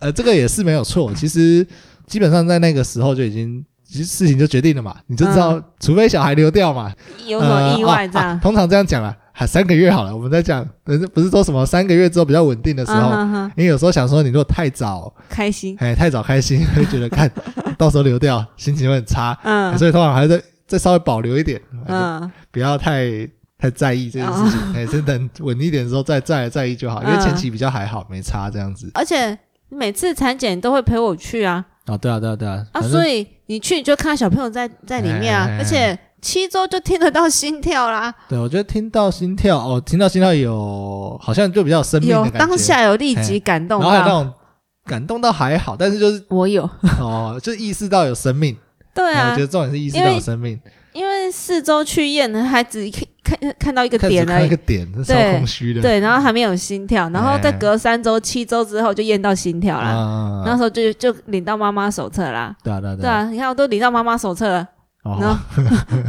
[SPEAKER 1] 呃，这个也是没有错。其实基本上在那个时候就已经，其实事情就决定了嘛，你就知
[SPEAKER 2] 嗯
[SPEAKER 1] 道，除非小孩流掉嘛，
[SPEAKER 2] 有什么意外这
[SPEAKER 1] 呃啊啊
[SPEAKER 2] 样？
[SPEAKER 1] 通常这样讲啦，还三个月好了，我们在讲，不是不是说什么三个月之后比较稳定的时候，
[SPEAKER 2] 嗯哼嗯哼
[SPEAKER 1] 因为有时候想说，你如果太早，
[SPEAKER 2] 开心，
[SPEAKER 1] 哎，太早开心，会觉得看到时候流掉，心情会很差，
[SPEAKER 2] 嗯
[SPEAKER 1] 所以通常还是再再稍微保留一点，哎
[SPEAKER 2] 嗯
[SPEAKER 1] 不要太太在意这件事 情，哎、是等稳一点的时候再再来在意就好，因为
[SPEAKER 2] 嗯
[SPEAKER 1] 前期比较还好，没差这样子。
[SPEAKER 2] 而且每次产检都会陪我去啊，
[SPEAKER 1] 啊，对啊，对啊，对啊，
[SPEAKER 2] 啊，
[SPEAKER 1] 反正
[SPEAKER 2] 所以你去你就看到小朋友在在里面啊，
[SPEAKER 1] 哎哎哎哎
[SPEAKER 2] 而且七周就听得到心跳啦，
[SPEAKER 1] 对我觉得听到心跳，哦，听到心跳有好像就比较有生命的
[SPEAKER 2] 有
[SPEAKER 1] 感觉，
[SPEAKER 2] 当下有立即感动
[SPEAKER 1] 然后还有那
[SPEAKER 2] 到，
[SPEAKER 1] 种感动到还好，但是就是
[SPEAKER 2] 我有，
[SPEAKER 1] 哦，就意识到有生命。
[SPEAKER 2] 对
[SPEAKER 1] 哎我
[SPEAKER 2] 啊
[SPEAKER 1] 觉，得重点是意识到有生命，
[SPEAKER 2] 因为四周去验呢，还只看看看到一个
[SPEAKER 1] 看只
[SPEAKER 2] 点而
[SPEAKER 1] 看一
[SPEAKER 2] 已
[SPEAKER 1] 个。点，是超
[SPEAKER 2] 对
[SPEAKER 1] 空虚的。
[SPEAKER 2] 对，然后还没有心跳，然后再
[SPEAKER 1] 哎
[SPEAKER 2] 隔三周、七周之后就验到心跳啦，
[SPEAKER 1] 啊，
[SPEAKER 2] 那时候就就领到妈妈手册啦。
[SPEAKER 1] 对啊，对啊，
[SPEAKER 2] 对啊，你看我都领到妈妈手册了，然
[SPEAKER 1] 哦，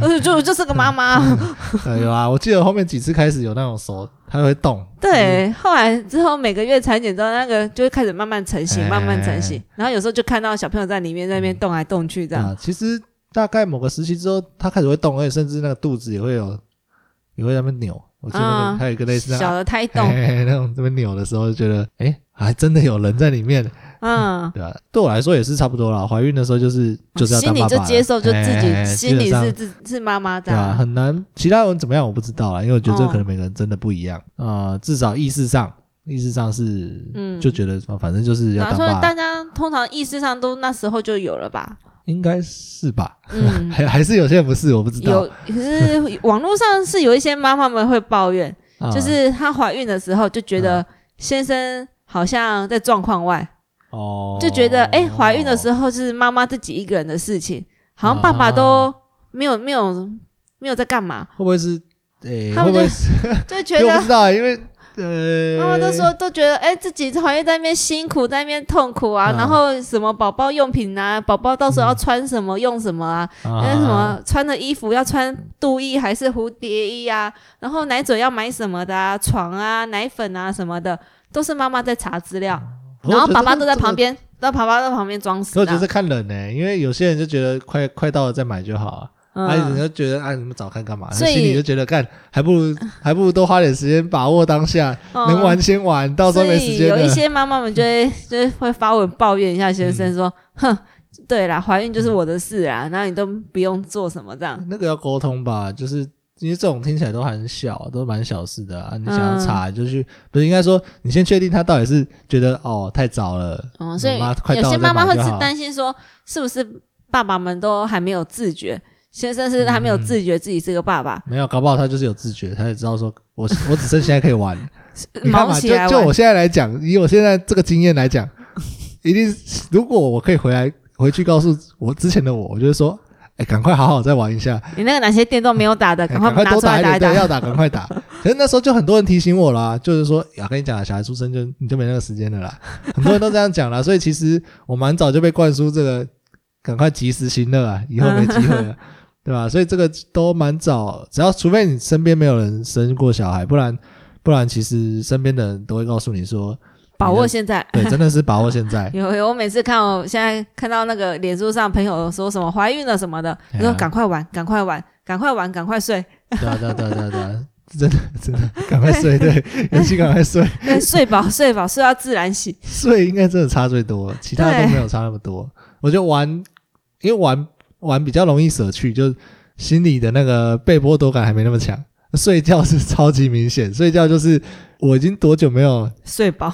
[SPEAKER 2] 后 我就我就是个妈妈。
[SPEAKER 1] 哎有啊，我记得后面几次开始有那种手，它会动。
[SPEAKER 2] 对，后来之后每个月产检之后，那个就会开始慢慢成型，
[SPEAKER 1] 哎
[SPEAKER 2] 慢慢成型。然后有时候就看到小朋友在里面在那边动来动去这
[SPEAKER 1] 对
[SPEAKER 2] 样。
[SPEAKER 1] 啊，其实大概某个时期之后，它开始会动，而且甚至那个肚子也会有，也会在那边扭。我记得那
[SPEAKER 2] 啊
[SPEAKER 1] 个还有一个类似那
[SPEAKER 2] 小
[SPEAKER 1] 种
[SPEAKER 2] 的胎
[SPEAKER 1] 嘿
[SPEAKER 2] 动，
[SPEAKER 1] 嘿嘿那种这边扭的时候，就觉得哎，还真的有人在里面，
[SPEAKER 2] 嗯，
[SPEAKER 1] 对吧？啊对我来说也是差不多啦。怀孕的时候就是 就是要
[SPEAKER 2] 心
[SPEAKER 1] 当
[SPEAKER 2] 里
[SPEAKER 1] 爸爸
[SPEAKER 2] 就
[SPEAKER 1] 了，
[SPEAKER 2] 接受，就自
[SPEAKER 1] 嘿嘿
[SPEAKER 2] 己
[SPEAKER 1] 嘿
[SPEAKER 2] 心
[SPEAKER 1] 基
[SPEAKER 2] 里
[SPEAKER 1] 本
[SPEAKER 2] 是
[SPEAKER 1] 上
[SPEAKER 2] 自是妈妈这
[SPEAKER 1] 对啊，
[SPEAKER 2] 样。
[SPEAKER 1] 很难。其他人怎么样我不知道啦，因为我觉得这
[SPEAKER 2] 哦
[SPEAKER 1] 可能每个人真的不一样。呃，至少意识上，意识上是，
[SPEAKER 2] 嗯
[SPEAKER 1] 就觉得哦反正就是要
[SPEAKER 2] 然后
[SPEAKER 1] 当爸
[SPEAKER 2] 说大，家通常意识上都那时候就有了吧？
[SPEAKER 1] 应该是吧？
[SPEAKER 2] 嗯，
[SPEAKER 1] 还 还是有些人不是，我不知道
[SPEAKER 2] 有。， 可是网络上是有一些妈妈们会抱怨，
[SPEAKER 1] 啊
[SPEAKER 2] 就是她怀孕的时候就觉
[SPEAKER 1] 嗯
[SPEAKER 2] 得先生好像在状况外，
[SPEAKER 1] 哦，
[SPEAKER 2] 就觉得哎，诶怀、孕的时候是妈妈自己一个人的事情，好像爸爸
[SPEAKER 1] 啊
[SPEAKER 2] 都没有没有没有在 干嘛，
[SPEAKER 1] 会不会是？诶、
[SPEAKER 2] 他
[SPEAKER 1] 会不
[SPEAKER 2] 们就
[SPEAKER 1] 会是？
[SPEAKER 2] 就觉
[SPEAKER 1] 因为我不
[SPEAKER 2] 得
[SPEAKER 1] 知道啊，因 为呃，
[SPEAKER 2] 妈妈都说都觉得哎、诶自己怀孕在那边辛苦，在那边痛苦啊，
[SPEAKER 1] 嗯
[SPEAKER 2] 然后什么宝宝用品啊，宝宝到时候要穿什么、用什么啊，那什
[SPEAKER 1] 啊
[SPEAKER 2] 么穿的衣服要穿肚衣还是蝴蝶衣啊？然后奶嘴要买什么的啊？床啊、奶粉啊什么的，都是妈妈在查资料，
[SPEAKER 1] 我
[SPEAKER 2] 然后
[SPEAKER 1] 觉得
[SPEAKER 2] 爸爸
[SPEAKER 1] 这
[SPEAKER 2] 都
[SPEAKER 1] 个
[SPEAKER 2] 在
[SPEAKER 1] 这个
[SPEAKER 2] 旁边，那爸爸在旁边装
[SPEAKER 1] 可
[SPEAKER 2] 死
[SPEAKER 1] 我觉
[SPEAKER 2] 啊
[SPEAKER 1] 得。是看人呢、因为有些人就觉得快快到了再买就好啊，啊，有人
[SPEAKER 2] 嗯，
[SPEAKER 1] 就觉得啊，你们早看干嘛？
[SPEAKER 2] 所以
[SPEAKER 1] 心里就觉得干，还不如还不如多花点时间把握当下，
[SPEAKER 2] 嗯
[SPEAKER 1] 能玩先玩，到时候没时间
[SPEAKER 2] 所以有
[SPEAKER 1] 了。
[SPEAKER 2] 一些妈妈们就会就是会发文抱怨一下先生说，
[SPEAKER 1] 嗯
[SPEAKER 2] 哼。对啦，怀孕就是我的事啊，然后你都不用做什么这样。
[SPEAKER 1] 那个要沟通吧，就是因为这种听起来都很小，都蛮小事的啊。你想要
[SPEAKER 2] 嗯
[SPEAKER 1] 查就去，不是应该说你先确定他到底是觉得哦太早了，
[SPEAKER 2] 嗯，所以
[SPEAKER 1] 妈快到
[SPEAKER 2] 有
[SPEAKER 1] 了
[SPEAKER 2] 些
[SPEAKER 1] 再
[SPEAKER 2] 妈妈
[SPEAKER 1] 买
[SPEAKER 2] 会
[SPEAKER 1] 就是好
[SPEAKER 2] 担心说，是不是爸爸们都还没有自觉，先生是还没有
[SPEAKER 1] 嗯
[SPEAKER 2] 自觉自己是个爸爸，
[SPEAKER 1] 没有，搞不好他就是有自觉，他也知道说我 我只剩现在可以 玩。你看
[SPEAKER 2] 毛
[SPEAKER 1] 嘛，
[SPEAKER 2] 起
[SPEAKER 1] 就
[SPEAKER 2] 来
[SPEAKER 1] 就
[SPEAKER 2] 玩
[SPEAKER 1] 我现在来讲，以我现在这个经验来讲，一定是如果我可以回来回去告诉我之前的我，我就会说，哎、赶快好好再玩一下，
[SPEAKER 2] 你那个哪些电动没有打的，
[SPEAKER 1] 哎
[SPEAKER 2] 赶快拿
[SPEAKER 1] 多
[SPEAKER 2] 出来
[SPEAKER 1] 一点，
[SPEAKER 2] 打一打
[SPEAKER 1] 对，。要打赶快 打。可是那时候就很多人提醒我啦，就是说，呀，跟你讲啊，小孩出生就你就没那个时间了 啦，很多人都这样讲啦，所以其实我蛮早就被灌输这个，赶快及时行乐啊，以后没机会 了。对吧？所以这个都蛮早，只要除非你身边没有人生过小孩，不然不然其实身边的人都会告诉你说，
[SPEAKER 2] 把
[SPEAKER 1] 嗯
[SPEAKER 2] 握现在。。
[SPEAKER 1] 对，真的是把握现在
[SPEAKER 2] 有有，我每次看我现在看到那个脸书上朋友说什么怀孕了什么的，
[SPEAKER 1] 哎呀
[SPEAKER 2] 就说赶快玩，赶快玩，赶快玩，赶快睡。
[SPEAKER 1] 对啊，对啊，对啊，对啊，对啊。真的真的，赶快 睡，对，尤其赶快睡，
[SPEAKER 2] 对睡饱 睡饱睡到自然醒，
[SPEAKER 1] 睡应该真的差最多，其他都没有差那么多。我觉得玩，因为玩玩比较容易舍去，就心里的那个被剥夺感还没那么强。睡觉是超级明显，睡觉就是我已经多久没有，
[SPEAKER 2] 睡饱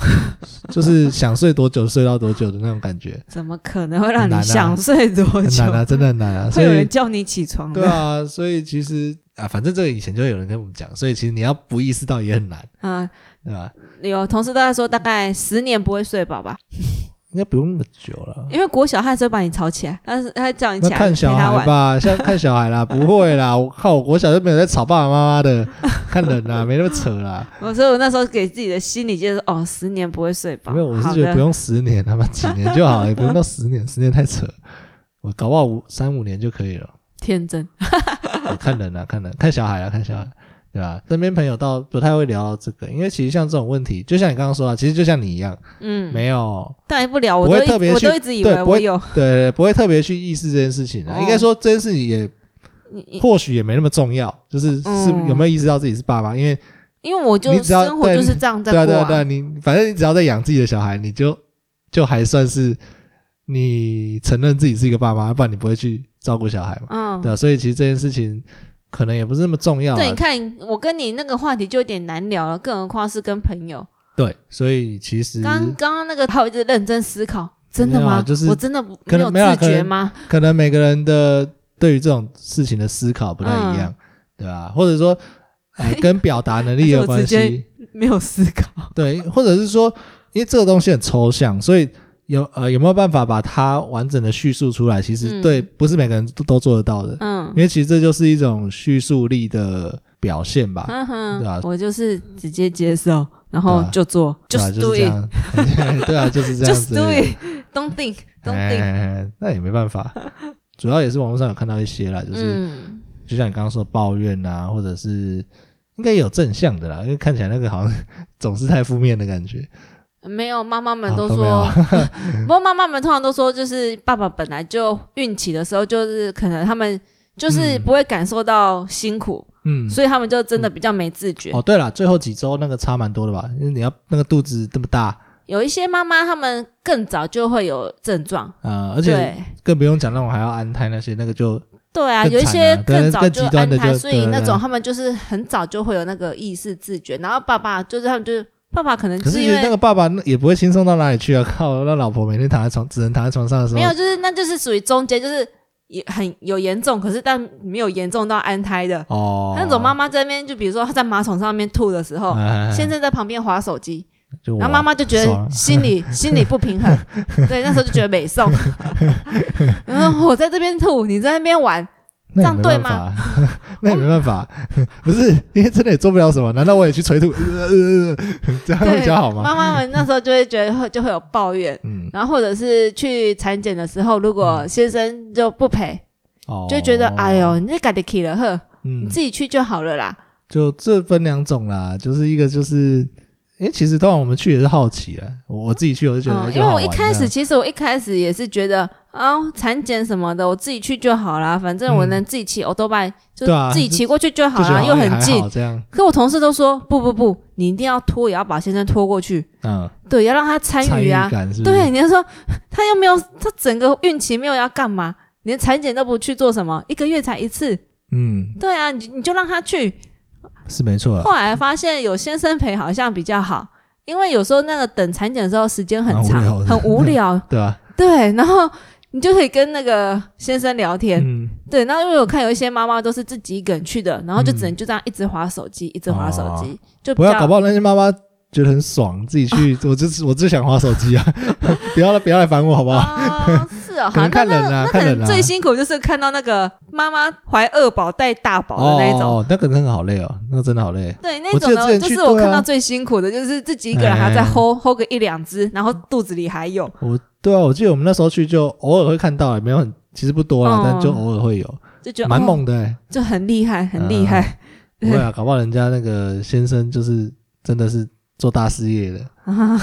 [SPEAKER 1] 就是想睡多久睡到多久的那种感 觉，
[SPEAKER 2] 怎么可能会让
[SPEAKER 1] 很难
[SPEAKER 2] 你
[SPEAKER 1] 啊
[SPEAKER 2] 想睡多
[SPEAKER 1] 很
[SPEAKER 2] 久？
[SPEAKER 1] 难啊，真的很难啊。所
[SPEAKER 2] 会有
[SPEAKER 1] 以
[SPEAKER 2] 人叫你起床
[SPEAKER 1] 对
[SPEAKER 2] 的。
[SPEAKER 1] 啊，所以其实啊，反正这个以前就有人跟我们讲，所以其实你要不意识到也很难，
[SPEAKER 2] 嗯，
[SPEAKER 1] 对吧？
[SPEAKER 2] 有同事都在说大概十年不会睡饱吧，
[SPEAKER 1] 应该不用那么久了。
[SPEAKER 2] 因为国小他还是会把你吵起来，但是他叫你
[SPEAKER 1] 那
[SPEAKER 2] 起来
[SPEAKER 1] 看
[SPEAKER 2] 陪
[SPEAKER 1] 小
[SPEAKER 2] 他
[SPEAKER 1] 孩
[SPEAKER 2] 玩。
[SPEAKER 1] 吧，像看小 孩啦，不会啦，我靠，我国小就没有在吵爸爸妈妈的，看人啦，没那么扯啦。
[SPEAKER 2] 我所以我那时候给自己的心理建设，哦，十年不会睡饱。
[SPEAKER 1] 没有，我是
[SPEAKER 2] 好
[SPEAKER 1] 觉得
[SPEAKER 2] 的
[SPEAKER 1] 不用十年，他妈几年就好 了，也不用到十年，十年太扯。我搞不好五三五年就可以了。
[SPEAKER 2] 天真。
[SPEAKER 1] 我看人啊，看人，看小孩啊，看小孩，对吧？身边朋友倒不太会聊到这个，因为其实像这种问题，就像你刚刚说啊，其实就像你一样，
[SPEAKER 2] 嗯，
[SPEAKER 1] 没有
[SPEAKER 2] 当然不聊，我
[SPEAKER 1] 不
[SPEAKER 2] 都
[SPEAKER 1] 会
[SPEAKER 2] 一
[SPEAKER 1] 特别
[SPEAKER 2] 我
[SPEAKER 1] 去
[SPEAKER 2] 都一直以
[SPEAKER 1] 对
[SPEAKER 2] 为
[SPEAKER 1] 不
[SPEAKER 2] 我
[SPEAKER 1] 会
[SPEAKER 2] 有，
[SPEAKER 1] 对，不会特别去意识这件事情啊。
[SPEAKER 2] 哦
[SPEAKER 1] 应该说这件事情也
[SPEAKER 2] 你你
[SPEAKER 1] 或许也没那么重要，就是是
[SPEAKER 2] 嗯
[SPEAKER 1] 有没有意识到自己是爸妈，因为
[SPEAKER 2] 因为我就
[SPEAKER 1] 你只要
[SPEAKER 2] 生活
[SPEAKER 1] 对
[SPEAKER 2] 就是这样在
[SPEAKER 1] 对
[SPEAKER 2] 过、
[SPEAKER 1] 啊对啊对啊，你反正你只要在养自己的小孩，你就就还算是你承认自己是一个爸妈，不然你不会去照顾小孩嘛，
[SPEAKER 2] 嗯，
[SPEAKER 1] 对啊，所以其实这件事情可能也不是那么重要啊，
[SPEAKER 2] 对，你看我跟你那个话题就有点难聊了，更何况是跟朋友。
[SPEAKER 1] 对，所以其实
[SPEAKER 2] 刚刚刚刚那个，他有一直认真思考，真的
[SPEAKER 1] 没有
[SPEAKER 2] 吗？
[SPEAKER 1] 啊就是
[SPEAKER 2] 我真的不
[SPEAKER 1] 可能没有啊
[SPEAKER 2] 自
[SPEAKER 1] 可
[SPEAKER 2] 觉
[SPEAKER 1] 能
[SPEAKER 2] 吗？
[SPEAKER 1] 可能每个人的对于这种事情的思考不太一样，对吧？或者说， 呃，跟表达能力也有
[SPEAKER 2] 嗯还是我直
[SPEAKER 1] 关
[SPEAKER 2] 接
[SPEAKER 1] 系，
[SPEAKER 2] 没有思考。
[SPEAKER 1] 对，或者是说，因为这个东西很抽象，所以有呃有没有办法把它完整的叙述出来？其实
[SPEAKER 2] 嗯
[SPEAKER 1] 对，不是每个人都都做得到的，
[SPEAKER 2] 嗯
[SPEAKER 1] 因为其实这就是一种叙述力的表现吧。
[SPEAKER 2] 哼嗯哼，
[SPEAKER 1] 对啊
[SPEAKER 2] 我就是直接接受，然后
[SPEAKER 1] 对啊
[SPEAKER 2] 就做，
[SPEAKER 1] 对吧？
[SPEAKER 2] 是
[SPEAKER 1] 就
[SPEAKER 2] do
[SPEAKER 1] 是这
[SPEAKER 2] it，
[SPEAKER 1] 样，对啊，就是这 样
[SPEAKER 2] just
[SPEAKER 1] 子。
[SPEAKER 2] do it，don't think，don't think。
[SPEAKER 1] 哎，那也没办法，主要也是网络上有看到一些啦，就是、
[SPEAKER 2] 嗯，
[SPEAKER 1] 就像你刚刚说的抱怨啊，或者是应该也有正向的啦，因为看起来那个好像 总是太负面的感觉。
[SPEAKER 2] 没有，妈妈们
[SPEAKER 1] 啊
[SPEAKER 2] 都
[SPEAKER 1] 都没
[SPEAKER 2] 说
[SPEAKER 1] 有，
[SPEAKER 2] 不过妈妈们通常都说，就是爸爸本来就孕期的时候，就是可能他们就是
[SPEAKER 1] 嗯
[SPEAKER 2] 不会感受到辛苦，
[SPEAKER 1] 嗯，
[SPEAKER 2] 所以他们就真的比较没自觉。
[SPEAKER 1] 哦，对了，最后几周那个差蛮多的吧？因为你要那个肚子这么大，
[SPEAKER 2] 有一些妈妈她们更早就会有症状，
[SPEAKER 1] 呃，而且
[SPEAKER 2] 对
[SPEAKER 1] 更不用讲那种还要安胎那些，那个就
[SPEAKER 2] 对啊，
[SPEAKER 1] 更惨啊
[SPEAKER 2] 有一些更早
[SPEAKER 1] 对更
[SPEAKER 2] 就
[SPEAKER 1] 极
[SPEAKER 2] 安
[SPEAKER 1] 端的
[SPEAKER 2] 胎，
[SPEAKER 1] 就
[SPEAKER 2] 所以
[SPEAKER 1] 对
[SPEAKER 2] 那
[SPEAKER 1] 对
[SPEAKER 2] 种
[SPEAKER 1] 对
[SPEAKER 2] 他们就是很早就会有那个意识自觉，然后爸爸就是他们就是爸爸可能
[SPEAKER 1] 可是
[SPEAKER 2] 因
[SPEAKER 1] 其实那
[SPEAKER 2] 为
[SPEAKER 1] 个爸爸那也不会轻松到哪里去啊！ 靠，那老婆每天躺在床，只能躺在床上的时候
[SPEAKER 2] 没，有，就是那就是属于中间，就是也很有严重，可是但没有严重到安胎的。
[SPEAKER 1] 哦，
[SPEAKER 2] 那种妈妈在那边，就比如说她在马桶上面吐的时候，
[SPEAKER 1] 哎，
[SPEAKER 2] 先生在旁边划手机，
[SPEAKER 1] 就我
[SPEAKER 2] 然后妈妈就觉
[SPEAKER 1] 爽啊
[SPEAKER 2] 得 心里心里不平衡，对，那时候就觉得美送。然后我在这边吐，你在那 边玩，
[SPEAKER 1] 那也
[SPEAKER 2] 这样
[SPEAKER 1] 没
[SPEAKER 2] 对
[SPEAKER 1] 办法， 那也没办法，不是因为真的也做不了什么，难道我也去捶吐？呃呃呃这样会
[SPEAKER 2] 对，
[SPEAKER 1] 比较好吗？
[SPEAKER 2] 妈妈们那时候就会觉得会就会有抱怨，
[SPEAKER 1] 嗯，
[SPEAKER 2] 然后或者是去产检的时候，如果先生就不陪，
[SPEAKER 1] 哦，
[SPEAKER 2] 就觉得哎，呦，你这赶紧去了呵，你
[SPEAKER 1] 嗯，
[SPEAKER 2] 自己去就好了啦。
[SPEAKER 1] 就这分两种啦，就是一个就是，诶，其实当然我们去也是好奇啊，我我自己去我就觉得、
[SPEAKER 2] 嗯，
[SPEAKER 1] 就
[SPEAKER 2] 因为
[SPEAKER 1] 好
[SPEAKER 2] 我一
[SPEAKER 1] 玩
[SPEAKER 2] 开
[SPEAKER 1] 这
[SPEAKER 2] 始
[SPEAKER 1] 样
[SPEAKER 2] 其实我一开始也是觉得啊、产检什么的我自己去就好啦，反正我
[SPEAKER 1] 嗯
[SPEAKER 2] 能自己骑欧多拜，就
[SPEAKER 1] 对啊
[SPEAKER 2] 自己骑过去就好
[SPEAKER 1] 就觉
[SPEAKER 2] 啦，
[SPEAKER 1] 得
[SPEAKER 2] 又
[SPEAKER 1] 好像也
[SPEAKER 2] 很
[SPEAKER 1] 还
[SPEAKER 2] 近
[SPEAKER 1] 好。这样，
[SPEAKER 2] 可我同事都说不不不，你一定要拖，也要把先生拖过去，
[SPEAKER 1] 嗯，
[SPEAKER 2] 对，要让他参
[SPEAKER 1] 参
[SPEAKER 2] 与啊。
[SPEAKER 1] 感是不是？
[SPEAKER 2] 对，，你就说他又没有，他整个孕期没有要干嘛，连产检都不去做什么，一个月才一次。
[SPEAKER 1] 嗯，
[SPEAKER 2] 对啊，你你就让他去。
[SPEAKER 1] 是没错啊，
[SPEAKER 2] 后来发现有先生陪好像比较好，因为有时候那个等产检的时候时间很
[SPEAKER 1] 蛮无
[SPEAKER 2] 长
[SPEAKER 1] 聊，的
[SPEAKER 2] 很无聊。
[SPEAKER 1] 对吧、
[SPEAKER 2] 对，然后你就可以跟那个先生聊天。
[SPEAKER 1] 嗯，
[SPEAKER 2] 对，那因为我看有一些妈妈都是自己一个人去的，然后就
[SPEAKER 1] 嗯哦
[SPEAKER 2] 只能就这样一直划手机，一直划手机，就比
[SPEAKER 1] 不要搞
[SPEAKER 2] 较
[SPEAKER 1] 不好那些妈妈觉得很爽，自己 去，我就是我只想滑手机啊， 不要来不要来烦我好不好？
[SPEAKER 2] 哦，是哦，
[SPEAKER 1] 可
[SPEAKER 2] 好
[SPEAKER 1] 能
[SPEAKER 2] 那
[SPEAKER 1] 看人
[SPEAKER 2] 那
[SPEAKER 1] 啊
[SPEAKER 2] 那可
[SPEAKER 1] 看人
[SPEAKER 2] 能
[SPEAKER 1] 啊
[SPEAKER 2] 最辛苦就是看到那个妈妈怀二宝带大宝的那一种。
[SPEAKER 1] 哦，那个真的好累哦，那个真的好累。
[SPEAKER 2] 对，那
[SPEAKER 1] 我
[SPEAKER 2] 种
[SPEAKER 1] 记得之
[SPEAKER 2] 的，
[SPEAKER 1] 前
[SPEAKER 2] 这
[SPEAKER 1] 去
[SPEAKER 2] 是我
[SPEAKER 1] 对啊
[SPEAKER 2] 看到最辛苦的，就是自己一个人还要再
[SPEAKER 1] 哎
[SPEAKER 2] hold hold 个一两只，然后肚子里还有，
[SPEAKER 1] 我对啊，我记得我们那时候去就偶尔会看到，也没有很，其实不多啦，
[SPEAKER 2] 嗯
[SPEAKER 1] 但就偶尔会有，
[SPEAKER 2] 就觉得
[SPEAKER 1] 蛮、
[SPEAKER 2] 哦，
[SPEAKER 1] 猛的、欸。
[SPEAKER 2] 就很厉害，很厉害。
[SPEAKER 1] 不会啊，搞不好人家那个先生就是真的是做大事业了，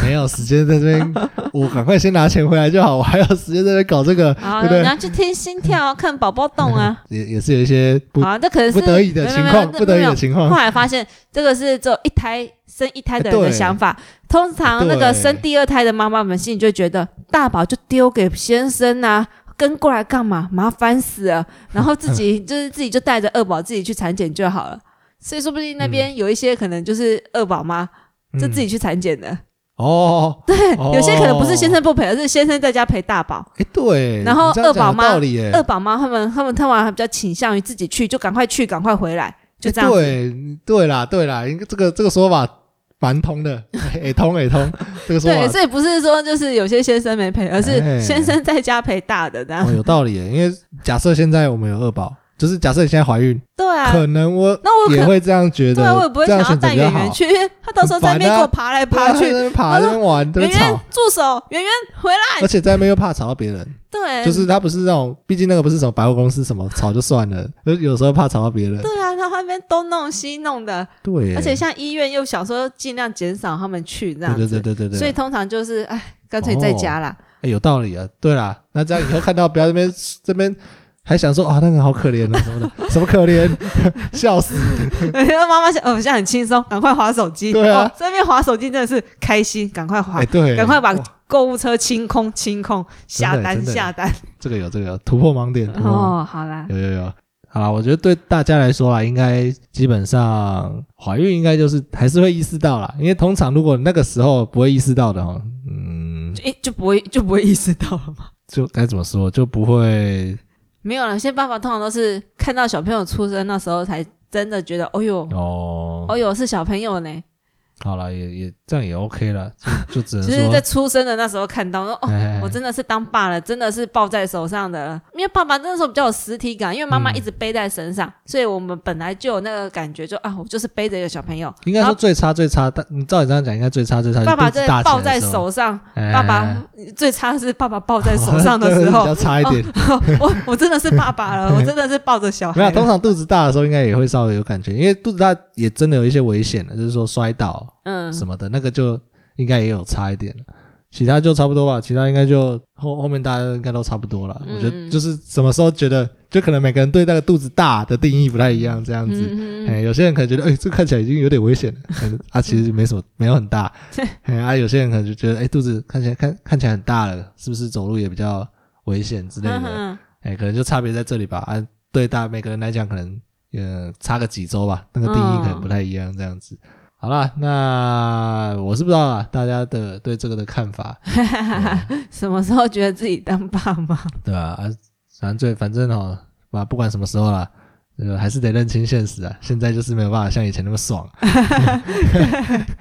[SPEAKER 1] 没有时间在这边， 我赶快先拿钱回来就好，我还有时间在这边搞这个，
[SPEAKER 2] 啊好，
[SPEAKER 1] 对不对
[SPEAKER 2] 你要去听心跳，看宝宝动啊。
[SPEAKER 1] 也也是有一些 不
[SPEAKER 2] 好啊，这可能是
[SPEAKER 1] 不得已的情况，不得已的。
[SPEAKER 2] 没有没有没有没有
[SPEAKER 1] 情
[SPEAKER 2] 后
[SPEAKER 1] 况，
[SPEAKER 2] 来发现，这个是只有一胎生一胎的人
[SPEAKER 1] 哎
[SPEAKER 2] 的
[SPEAKER 1] 对
[SPEAKER 2] 想法。通常那个
[SPEAKER 1] 对
[SPEAKER 2] 生第二胎的妈妈们心里就会觉得，大宝就丢给先生啊，跟过来干嘛？麻烦死了。然后自己 就是自己就带着二宝自己去产检就好了。所以说不定那边有一些可能就是二宝妈就自己
[SPEAKER 1] 嗯
[SPEAKER 2] 去产检的，
[SPEAKER 1] 哦，对，
[SPEAKER 2] 有些可能不是先生不陪，而是先生在家陪大宝。
[SPEAKER 1] 哎对，
[SPEAKER 2] 然后
[SPEAKER 1] 你这样
[SPEAKER 2] 二宝
[SPEAKER 1] 讲有
[SPEAKER 2] 妈
[SPEAKER 1] 道理耶，
[SPEAKER 2] 二宝妈他们他们他们还比较倾向于自己去，就赶快去，赶快回来，就这样子。
[SPEAKER 1] 哎对对啦，对啦，应该这个这个说法蛮通的， 也通也通，这个说
[SPEAKER 2] 对，
[SPEAKER 1] 法
[SPEAKER 2] 所以不是说就是有些先生没陪，而是
[SPEAKER 1] 啊哎
[SPEAKER 2] 先生在家陪大的这样。
[SPEAKER 1] 哦有道理耶。因为假设现在我们有二宝，就是假设你现在怀孕，
[SPEAKER 2] 对啊，
[SPEAKER 1] 可能我
[SPEAKER 2] 那我
[SPEAKER 1] 也
[SPEAKER 2] 可
[SPEAKER 1] 会这样觉
[SPEAKER 2] 对啊，
[SPEAKER 1] 得，
[SPEAKER 2] 我也不会
[SPEAKER 1] 这
[SPEAKER 2] 想
[SPEAKER 1] 样
[SPEAKER 2] 要
[SPEAKER 1] 选择
[SPEAKER 2] 带
[SPEAKER 1] 比较
[SPEAKER 2] 圆
[SPEAKER 1] 好
[SPEAKER 2] 圆。去，因为他到时候在那边
[SPEAKER 1] 很烦啊
[SPEAKER 2] 给我爬来爬 去
[SPEAKER 1] 对啊在那。边爬，在那边玩，在那
[SPEAKER 2] 圆
[SPEAKER 1] 边
[SPEAKER 2] 圆
[SPEAKER 1] 吵，
[SPEAKER 2] 住手，圆圆回
[SPEAKER 1] 啊
[SPEAKER 2] 来。
[SPEAKER 1] 而且在那边又怕吵到别人。
[SPEAKER 2] 对，
[SPEAKER 1] 就是他不是那种，毕竟那个不是什么百货公司什么吵就算了，就有时候怕吵到别人。
[SPEAKER 2] 对啊，然后他那边东弄西弄的，
[SPEAKER 1] 对耶，
[SPEAKER 2] 而且像医院又想说尽量减少他们去这样
[SPEAKER 1] 对
[SPEAKER 2] 子，
[SPEAKER 1] 对对对对对，
[SPEAKER 2] 所以通常就是哎，干脆在家啦。
[SPEAKER 1] 哎有道理啊。对啦，那这样以后看到不要这边这边还想说啊那个人好可怜啊什么的，什么可怜，, 笑死。
[SPEAKER 2] 妈妈想，哦，现在很轻松，赶快划手机。
[SPEAKER 1] 对啊
[SPEAKER 2] 哦，这边划手机真的是开心，赶快划
[SPEAKER 1] 哎，对，
[SPEAKER 2] 赶快把
[SPEAKER 1] 哇
[SPEAKER 2] 购物车清空，清空，下单
[SPEAKER 1] 真的
[SPEAKER 2] 下单。
[SPEAKER 1] 这个有这个有突破盲点，突破盲点
[SPEAKER 2] 哦，好啦，
[SPEAKER 1] 有有有。好啦，我觉得对大家来说啊，应该基本上怀孕应该就是还是会意识到啦，因为通常如果那个时候不会意识到的哦，嗯，
[SPEAKER 2] 诶，就不会就不会意识到了吗？
[SPEAKER 1] 就该怎么说，就不会
[SPEAKER 2] 没有了，现在爸爸通常都是看到小朋友出生那时候才真的觉得，哦呦，
[SPEAKER 1] 哦。
[SPEAKER 2] 哦呦是小朋友呢。
[SPEAKER 1] 好了，也也这样也 OK 了，就就只能
[SPEAKER 2] 其实，
[SPEAKER 1] 说
[SPEAKER 2] 在出生的那时候看到，说哦。
[SPEAKER 1] 哎，
[SPEAKER 2] 我真的是当爸了，真的是抱在手上的了。因为爸爸那时候比较有实体感，因为妈妈
[SPEAKER 1] 嗯
[SPEAKER 2] 一直背在身上，所以我们本来就有那个感觉就，啊，我就是背着一个小朋友。
[SPEAKER 1] 应该
[SPEAKER 2] 然
[SPEAKER 1] 说
[SPEAKER 2] 后
[SPEAKER 1] 最差最差，但你照你这样讲，应该最差最差。
[SPEAKER 2] 爸爸
[SPEAKER 1] 就
[SPEAKER 2] 在
[SPEAKER 1] 肚子大起来
[SPEAKER 2] 抱
[SPEAKER 1] 的
[SPEAKER 2] 在
[SPEAKER 1] 时候，
[SPEAKER 2] 手上，
[SPEAKER 1] 哎
[SPEAKER 2] 爸爸最差是爸爸抱在手上的时
[SPEAKER 1] 比
[SPEAKER 2] 候哦
[SPEAKER 1] 较，差一点。
[SPEAKER 2] 我我真的是爸爸了，我真的是抱着 小
[SPEAKER 1] 没有，
[SPEAKER 2] 孩了。
[SPEAKER 1] 通常肚子大的时候应该也会稍微有感觉，因为肚子大也真的有一些危险的，就是说摔倒
[SPEAKER 2] 嗯，
[SPEAKER 1] 什么的，那个就应该也有差一点了。其他就差不多吧，其他应该就后后面大家应该都差不多了。
[SPEAKER 2] 嗯
[SPEAKER 1] 我觉
[SPEAKER 2] 嗯
[SPEAKER 1] 得就是什么时候觉得，就可能每个人对那个肚子大的定义不太一样，这样子。
[SPEAKER 2] 嗯嗯嗯
[SPEAKER 1] 哎，有些人可能觉得，哎、这看起来已经有点危 险了，可能啊，其实没什么，没有很大。哎，啊，有些人可能就觉得，哎、肚子看起来看看起来很大了，是不是走路也比较危险之类
[SPEAKER 2] 嗯
[SPEAKER 1] 的？
[SPEAKER 2] 哼
[SPEAKER 1] 哎、可能就差别在这里吧。啊，对大每个人来讲，可能呃差个几周吧，那个定义可能
[SPEAKER 2] 嗯
[SPEAKER 1] 不太一样，这样子。好啦，那我是不知道啊，大家的对这个的看法，
[SPEAKER 2] 什么时候觉得自己当爸 妈？
[SPEAKER 1] 对吧、啊？反正最反正哦，啊，不管什么时候啦，呃，还是得认清现实啊。现在就是没有办法像以前那么爽，啊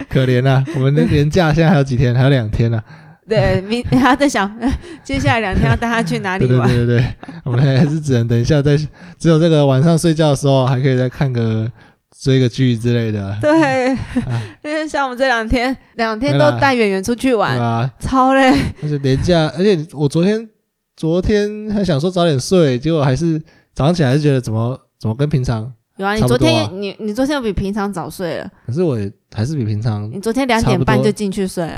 [SPEAKER 1] 可怜啊！我们的年假现在还有几天，还有两天呢、
[SPEAKER 2] 对，明他在想， 呃接下来两天要带他去哪
[SPEAKER 1] 啊。
[SPEAKER 2] 里
[SPEAKER 1] 对对
[SPEAKER 2] 玩？
[SPEAKER 1] 对对对，我们还是只能等一下再，只有这个晚上睡觉的时候，还可以再看个追个剧之类的，啊对
[SPEAKER 2] 对，
[SPEAKER 1] 啊
[SPEAKER 2] 因为像我们这两天，两天都带圆圆出去
[SPEAKER 1] 吧、
[SPEAKER 2] 玩，超累。
[SPEAKER 1] 啊而且年假，而且我昨天昨天还想说早点睡，结果还是早上起来还是觉得怎么怎么跟平常，
[SPEAKER 2] 有啊，你
[SPEAKER 1] 差
[SPEAKER 2] 昨
[SPEAKER 1] 不多
[SPEAKER 2] 天也
[SPEAKER 1] 啊
[SPEAKER 2] 你你昨天有比平常早睡了，
[SPEAKER 1] 可是我也还是比平常
[SPEAKER 2] 你昨天两
[SPEAKER 1] 差
[SPEAKER 2] 点
[SPEAKER 1] 不
[SPEAKER 2] 半
[SPEAKER 1] 多
[SPEAKER 2] 就进去 睡了，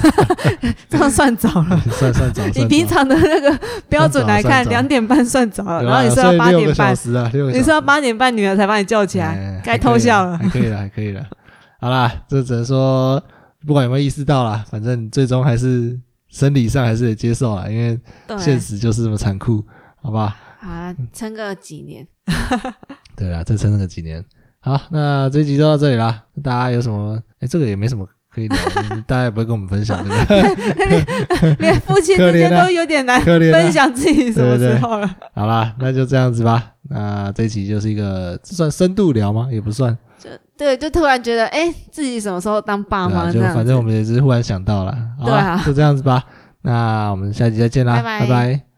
[SPEAKER 2] 这样算早了。
[SPEAKER 1] 算算早，
[SPEAKER 2] 以
[SPEAKER 1] 算
[SPEAKER 2] 嗯平
[SPEAKER 1] 早
[SPEAKER 2] 常的那个标准来看，
[SPEAKER 1] 算早
[SPEAKER 2] 两点半算早了，
[SPEAKER 1] 对
[SPEAKER 2] 然后
[SPEAKER 1] 吧
[SPEAKER 2] 你睡
[SPEAKER 1] 所
[SPEAKER 2] 到
[SPEAKER 1] 以
[SPEAKER 2] 八
[SPEAKER 1] 六
[SPEAKER 2] 点
[SPEAKER 1] 个小
[SPEAKER 2] 半，
[SPEAKER 1] 时啊，六个
[SPEAKER 2] 你
[SPEAKER 1] 小
[SPEAKER 2] 睡
[SPEAKER 1] 时
[SPEAKER 2] 到八点半，女儿才把你叫起来，
[SPEAKER 1] 哎
[SPEAKER 2] 该偷笑了
[SPEAKER 1] 还可以了，还可以了。好啦，这只能说不管有没有意识到啦，反正最终还是生理上还是得接受啦，因为
[SPEAKER 2] 对，
[SPEAKER 1] 现实就是这么残酷，好吧？
[SPEAKER 2] 啊，撑个几年，
[SPEAKER 1] 对啦，再撑个几年。好，那这一集就到这里啦。大家有什么？哎，这个也没什么可以聊 的，大家也不会跟我们分享，对不对？
[SPEAKER 2] 连夫妻之间都有点难
[SPEAKER 1] 啊可怜
[SPEAKER 2] 分
[SPEAKER 1] 啊。
[SPEAKER 2] 享自己什么时候了，
[SPEAKER 1] 好啦，那就这样子吧。那这一集就是一个，这算深度聊吗？也不算。
[SPEAKER 2] 对，就突然觉得，哎，自己什么时候当爸
[SPEAKER 1] 对啊，
[SPEAKER 2] 妈
[SPEAKER 1] 就
[SPEAKER 2] 这样子，
[SPEAKER 1] 反正我们也是忽然想到了，好
[SPEAKER 2] 对啊
[SPEAKER 1] 就这样子吧。那我们下集再见啦，
[SPEAKER 2] 拜拜
[SPEAKER 1] 拜拜